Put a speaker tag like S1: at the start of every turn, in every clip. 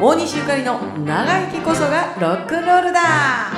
S1: 大西ゆかりの長生きこそがロックンロールだ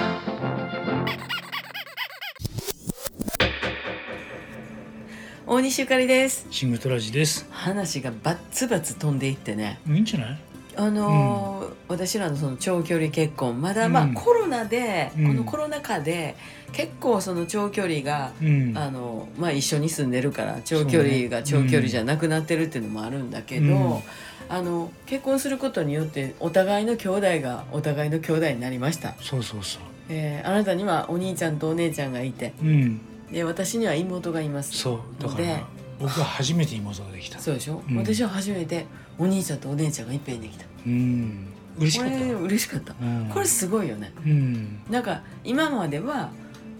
S1: 大西ゆかりです
S2: シングトラジです。
S1: 話がバッツバツ飛んでいってね
S2: いいんじゃない？
S1: あのー私らのその長距離結婚まだまあ
S2: うん
S1: コロナで、
S2: うん
S1: このコロナ禍で結構その長距離が、
S2: うん。
S1: あのまあ、一緒に住んでるから長距離が長距離じゃなくなってるっていうのもあるんだけど、
S2: うん
S1: あの結婚することによってお互いの兄弟がお互いの兄弟になりました、
S2: そうそうそ
S1: えーあなたにはお兄ちゃんとお姉ちゃんがいて
S2: う。うん。
S1: で私には妹がいます
S2: そう。だか
S1: で
S2: ら僕は初めて妹ができた。
S1: そうでしょ、
S2: うん
S1: 私は初めてお兄ちゃんとお姉ちゃんがいっぺんにできた
S2: うん。嬉し
S1: こ
S2: かっ
S1: れ
S2: た。
S1: 嬉しかった、
S2: うん
S1: これすごいよね
S2: うん。
S1: なんか今までは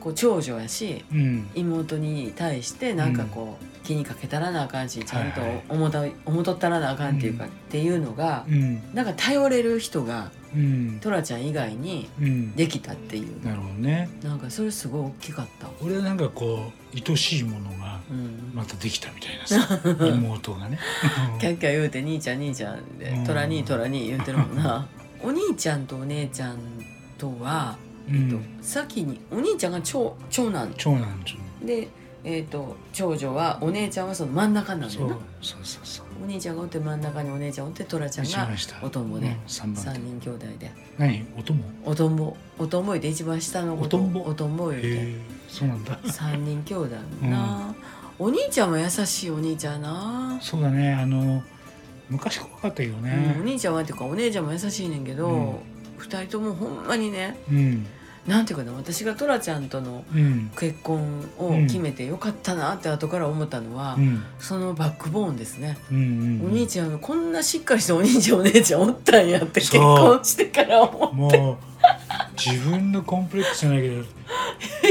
S1: こう長女やし
S2: うん。
S1: 妹に対してなんかこう、気にかけたらなあかんしちゃんと
S2: はいはい
S1: 思た思とったらなあかんっていうか、
S2: うん
S1: っていうのが
S2: う、ん。
S1: なんか頼れる人が
S2: うん。
S1: トラちゃん以外に
S2: うん。
S1: できたっていう、
S2: なるほどね。
S1: なんかそれすごい大きかった。
S2: 俺はなんかこう愛しいものが
S1: うん
S2: またできたみたいな さ。妹がね。
S1: キャッキャ言うて兄ちゃん兄ちゃんで
S2: う
S1: 「
S2: ん
S1: トラ兄トラ兄」言うてるもんな お兄ちゃんとお姉ちゃんとは、
S2: う
S1: えっと
S2: ん。
S1: 先にお兄ちゃんが長長男
S2: 長男長男。
S1: で、えー、と長女はお姉ちゃんはその真ん中なんだ
S2: そ
S1: よ
S2: う
S1: な
S2: そうそうそう。
S1: お兄ちゃんがおって真ん中にお姉ちゃんおってトラちゃん
S2: 一
S1: が
S2: 番下。
S1: おとんぼね
S2: うん三番
S1: 3
S2: 手。
S1: 人兄弟で
S2: 何？おとも？
S1: おとんぼおとんぼいで一番下のこと
S2: おとんぼ
S1: おとんぼい
S2: へ
S1: で
S2: え。そうなんだ。
S1: 3人兄弟もな、お兄ちゃんも優しいお兄ちゃんやな、
S2: そうだね。あの昔怖かったよ
S1: うんお
S2: ね。
S1: 兄ちゃんはっていうかお姉ちゃんも優しいねんけど、
S2: うん
S1: 二人ともほんまにね
S2: うん。
S1: なんていうかな私がトラちゃんとの
S2: うん。
S1: 結婚を決めてよかったなって後から思ったのは、
S2: うん。
S1: そのバックボーンですね
S2: うん
S1: お
S2: うん
S1: 兄ちゃんこんなしっかりしたお兄ちゃんお姉ちゃんおったんやって結
S2: そう
S1: 婚してから思
S2: もう自分のコンプレックスじゃないけど
S1: う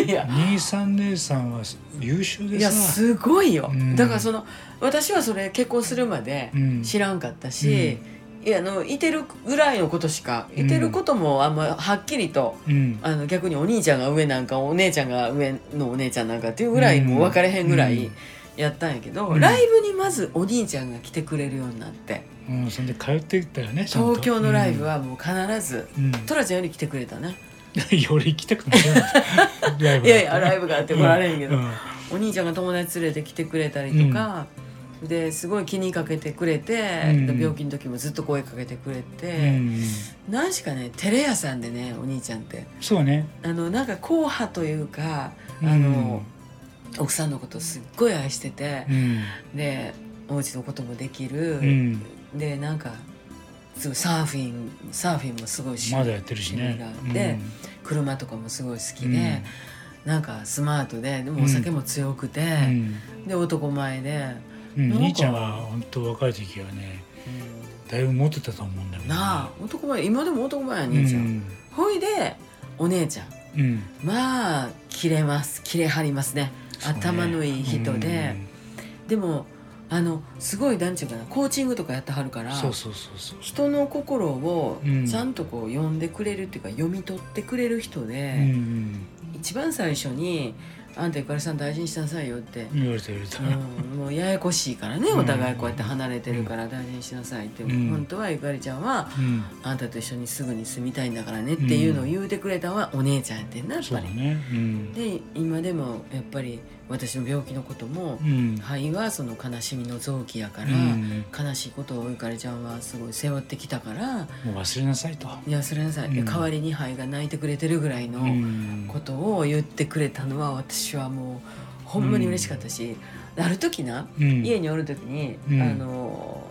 S1: いや
S2: 兄さん姉さんは優秀
S1: い
S2: で
S1: や
S2: さ
S1: すごいよ、
S2: うん
S1: だからその私はそれ結婚するまで
S2: うん
S1: 知らんかったし、いやあのいてるぐらいのことしかいてることもあんまはっきりと。
S2: うん
S1: あの逆にお兄ちゃんが上なんかお姉ちゃんが上のお姉ちゃんなんかっていうぐらいもう分かれへんぐらいやったんやけど、
S2: うん
S1: ライブにまずお兄ちゃんが来てくれるようになって
S2: うんそんで通っていったよねちゃんと
S1: 東京のライブはもう必ず、
S2: うん
S1: トラちゃんより来てくれたね
S2: うん俺行きたくないライブ
S1: いやいやライブがあって来られへんけど、
S2: うん
S1: お兄ちゃんが友達連れて来てくれたりとか、ですごい気にかけてくれて、
S2: うん
S1: 病気の時もずっと声かけてくれ
S2: う
S1: て、
S2: ん
S1: なんしかねテレ屋さんでねお兄ちゃんって
S2: そうね
S1: あのなんか硬派というかあ
S2: うん
S1: の、奥さんのことすっごい愛してて
S2: う、ん
S1: でお家のこともできる、
S2: うん
S1: でなんかすごいサーフィンサーフィンもすごいし、
S2: まだやってるしね
S1: 趣味があって車とかもすごい好きで、なんかスマートででもお酒も強くて、
S2: うんうん
S1: で男前で。
S2: うん
S1: なんか
S2: 兄ちゃんは本当若い時はねだいぶモテたと思うんだけどね
S1: なあ男前今でも男前や
S2: うん
S1: 兄ちゃん、ほいでお姉ちゃん
S2: うん
S1: まあ切れます切れはりますね
S2: そうね
S1: 頭のいい人ででもあのすごいなんちゅうかなコーチングとかやってはるか
S2: う
S1: ら
S2: んそうそうそうそう
S1: 人の心を
S2: うん
S1: ちゃんとこう読んでくれるっていうか読み取ってくれる人
S2: う
S1: で、
S2: ん
S1: 一番最初に「あんたゆかりさん大事にしなさいよ」って
S2: うん言われた言われた
S1: うんもうややこしいからね
S2: うん
S1: お互いこうやって離れてるから大事にしなさいって、
S2: うん
S1: 本当はゆかりちゃんは
S2: うん
S1: あんたと一緒にすぐに住みたいんだからねっていうのを言うてくれたのはお姉ちゃんやってんなやっ
S2: そう
S1: ぱ
S2: だ
S1: り。
S2: ねうん
S1: で今でもやっぱり私の病気のことも
S2: うん
S1: 肺はその悲しみの臓器やから、
S2: うん
S1: 悲しいことをゆかりちゃんはすごい背負ってきたから
S2: もう忘れなさいと
S1: 「いやそれなさい、
S2: うん
S1: 代わりに肺が泣いてくれてるぐらいうの
S2: ん
S1: ことを言ってくれたのは私はもうほんまに嬉しかったし、ある時な
S2: うん
S1: 家におる時に、
S2: うん
S1: あの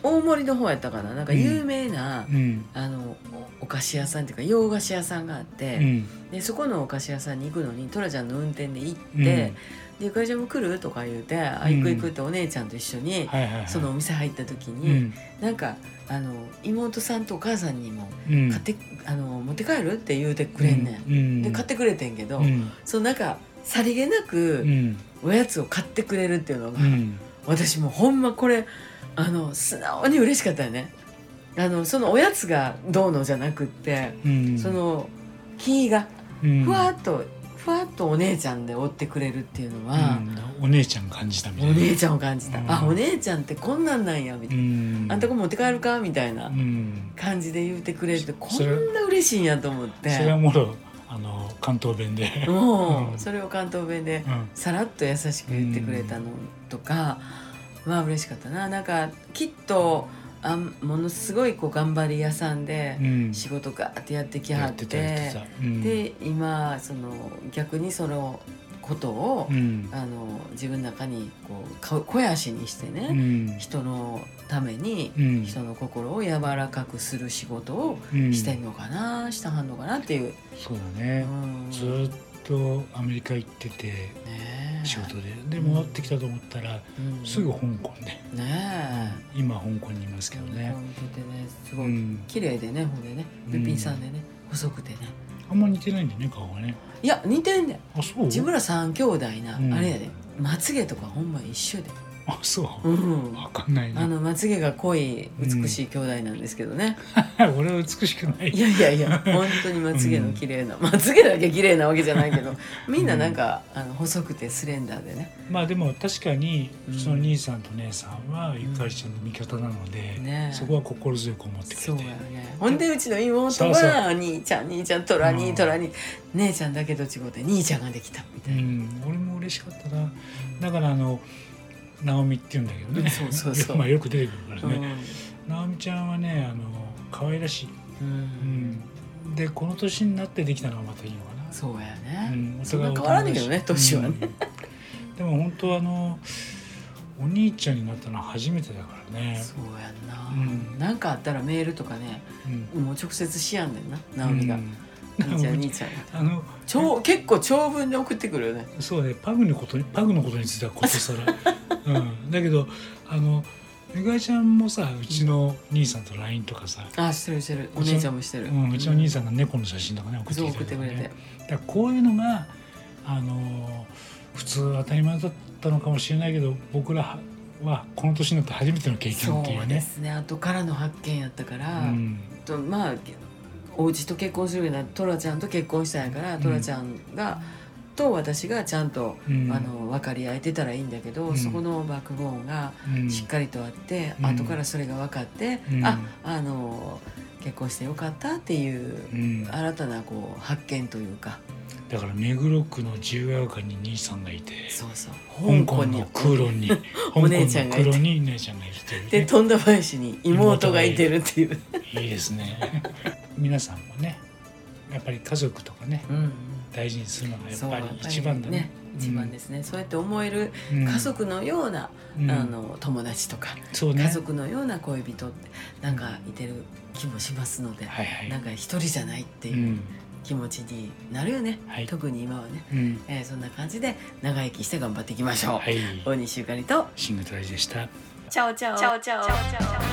S1: 大森の方やったかななんか有名な、
S2: うん
S1: あのおお菓子屋さんっていうか洋菓子屋さんがあって、
S2: うん
S1: でそこのお菓子屋さんに行くのにトラちゃんの運転で行って「
S2: うん
S1: でゆかりちゃんも来る?」とか言うて「あ行く行く」ってお姉ちゃんと一緒に、
S2: はいはいはい
S1: そのお店入った時
S2: う
S1: に、
S2: ん
S1: なんかあの妹さんとお母さんにも
S2: うん
S1: 買って、あの持って帰るって言うてくれんねん。
S2: うん
S1: で買ってくれてんけど、
S2: うん
S1: そのなんかさりげな
S2: う
S1: く
S2: ん
S1: おやつを買ってくれるっていうのが、
S2: うん
S1: 私もうほんまこれあの素直に嬉しかったよね。あのそのおやつがどうのじゃなくって、
S2: うん
S1: その気が
S2: うん
S1: ふわっとふわっとお姉ちゃんで追ってくれるっていうの
S2: う
S1: は、
S2: ん、お姉ちゃん感じたみたい
S1: お
S2: な
S1: 姉ちゃんを感じた、
S2: うん
S1: あお姉ちゃんってこんなんなんやみた
S2: う
S1: いな、
S2: ん
S1: あんたこれ持って帰るかみたいな
S2: うん
S1: 感じで言うてくれるってこ
S2: それ
S1: んな嬉しいんやと思って
S2: それはもろあの関東弁で、
S1: も
S2: う
S1: うんそれを関東弁で
S2: うん
S1: さらっと優しく言ってくれたのとかまあ嬉しかったななんかきっとあんものすごいこう頑張り屋さんで
S2: うん、
S1: 仕事ガーってやってき
S2: や
S1: は
S2: っ
S1: ってて
S2: たやってた、うん、
S1: で今その逆にそのことを
S2: うん
S1: あの自分の中にこうか肥やしにして
S2: う
S1: ね
S2: ん
S1: 人のために
S2: うん
S1: 人の心を柔らかくする仕事を
S2: うん
S1: してんのかなしたはんのかなっていう。
S2: そう
S1: う
S2: だね、
S1: ん
S2: ずーっとアメリカ行ってて
S1: ねえ
S2: 仕事でで戻ってきたと思ったら、
S1: うん
S2: すぐ香港で
S1: ね
S2: 今香港にいます
S1: え
S2: けどね、
S1: 本当でねす
S2: う
S1: ごい
S2: ん、
S1: 綺麗でねほんでね
S2: うん
S1: ルピンさんでね細くてね
S2: あんま似てないんだよね顔がね
S1: いや似てんね
S2: あそう
S1: 自分ら三兄弟な、
S2: うん
S1: あれやでまつげとかほんま一緒で
S2: あそうう、
S1: ん
S2: わかんない
S1: あ
S2: な
S1: のまつげが濃い美しい兄弟なんですけどね、
S2: 俺は美しくない
S1: いやいやいや本当にまつげの綺麗な、まつげだけ綺麗なわけじゃないけどみんななんか、あの細くてスレンダーでね
S2: まあでも確かに
S1: うん
S2: うちの兄さんと姉さんはゆかりちゃんの味方なので、
S1: ねえ
S2: そこは心強く思ってく
S1: そ
S2: れ
S1: う
S2: て
S1: やねほんでうちの妹
S2: そうそう
S1: は兄ちゃん兄ちゃんトラ
S2: う
S1: 兄
S2: ん
S1: トラ兄姉ちゃんだけと違って兄ちゃんができたみた
S2: う
S1: いな、
S2: ん俺も嬉しかったなだからあの直美って言うんだけどね
S1: そうそうそう
S2: まあよく出てくるから
S1: う
S2: ね、
S1: ん
S2: 直美ちゃんはねあの可愛らしい、
S1: う
S2: うんん、でこの年になってできたのがまたいいのかな
S1: そうやね、
S2: うん、
S1: そんな変わらんねんけどね年はね
S2: うん でも本当あのお兄ちゃんになったのは初めてだからね、
S1: そうやんな、
S2: うん
S1: なんかあったらメールとかね
S2: うん
S1: もう直接しやんねんな直美が、
S2: うん
S1: 兄ちゃん兄ちゃんが
S2: あの
S1: 長結構長文で送ってくるよね
S2: そうねパグのことにパグのことについてはことさら、 うん、だけどあのゆかりちゃんもさうちの兄さんと LINE とかさ、
S1: あしてるしてるお
S2: うちの
S1: 姉ちゃんもして
S2: う
S1: る、
S2: ん、うちの兄
S1: さ
S2: さんが猫の写真とかね送って
S1: そう
S2: き
S1: 送
S2: た
S1: っ
S2: り
S1: てくれて、
S2: とかねだからこういうのがあの普通当たり前だったのかもしれないけど僕らははこの年になって初めての経験ってい
S1: そうう
S2: ね
S1: ですね後からの発見やったから、
S2: うん
S1: とまあおじと結婚するようになってトラちゃんと結婚したんやから、
S2: うん
S1: トラちゃんがと私がちゃんと、
S2: うん
S1: あの分かり合えてたらいいんだけど、
S2: うん
S1: そこのバックボーンが
S2: うん
S1: しっかりとあって、
S2: うん
S1: 後からそれが分かって、
S2: うん
S1: ああの結婚してよかったっていう、
S2: うん
S1: 新たなこう発見というか
S2: だから目黒区の自由が丘に兄さんがいて
S1: そうそう
S2: 香港の空論に香港
S1: お
S2: の
S1: 姉ちゃんがい
S2: 空
S1: て
S2: 論に姉ちゃんがいるというね
S1: で富田林に妹がいてるっていう。
S2: いいですね皆さんもねやっぱり家族とかね
S1: うん
S2: 大事にするのがや
S1: そ
S2: っ
S1: う
S2: ぱり一番だね
S1: やっぱり一番ですね、そうやって思える
S2: うん
S1: 家族のような、
S2: うん
S1: あの友達とか、
S2: そうね
S1: 家族のような恋人ってなんかいてる気もしますので、
S2: はいはい
S1: なんか一人じゃないって
S2: う
S1: いうん気持ちになるよね、
S2: はい
S1: 特に今はね、
S2: うん
S1: えーそんな感じで長生きして頑張っていきましょう、
S2: はい
S1: 大西ゆかりと
S2: シングトライでした
S1: チャオチャオ
S3: チャオチャオ。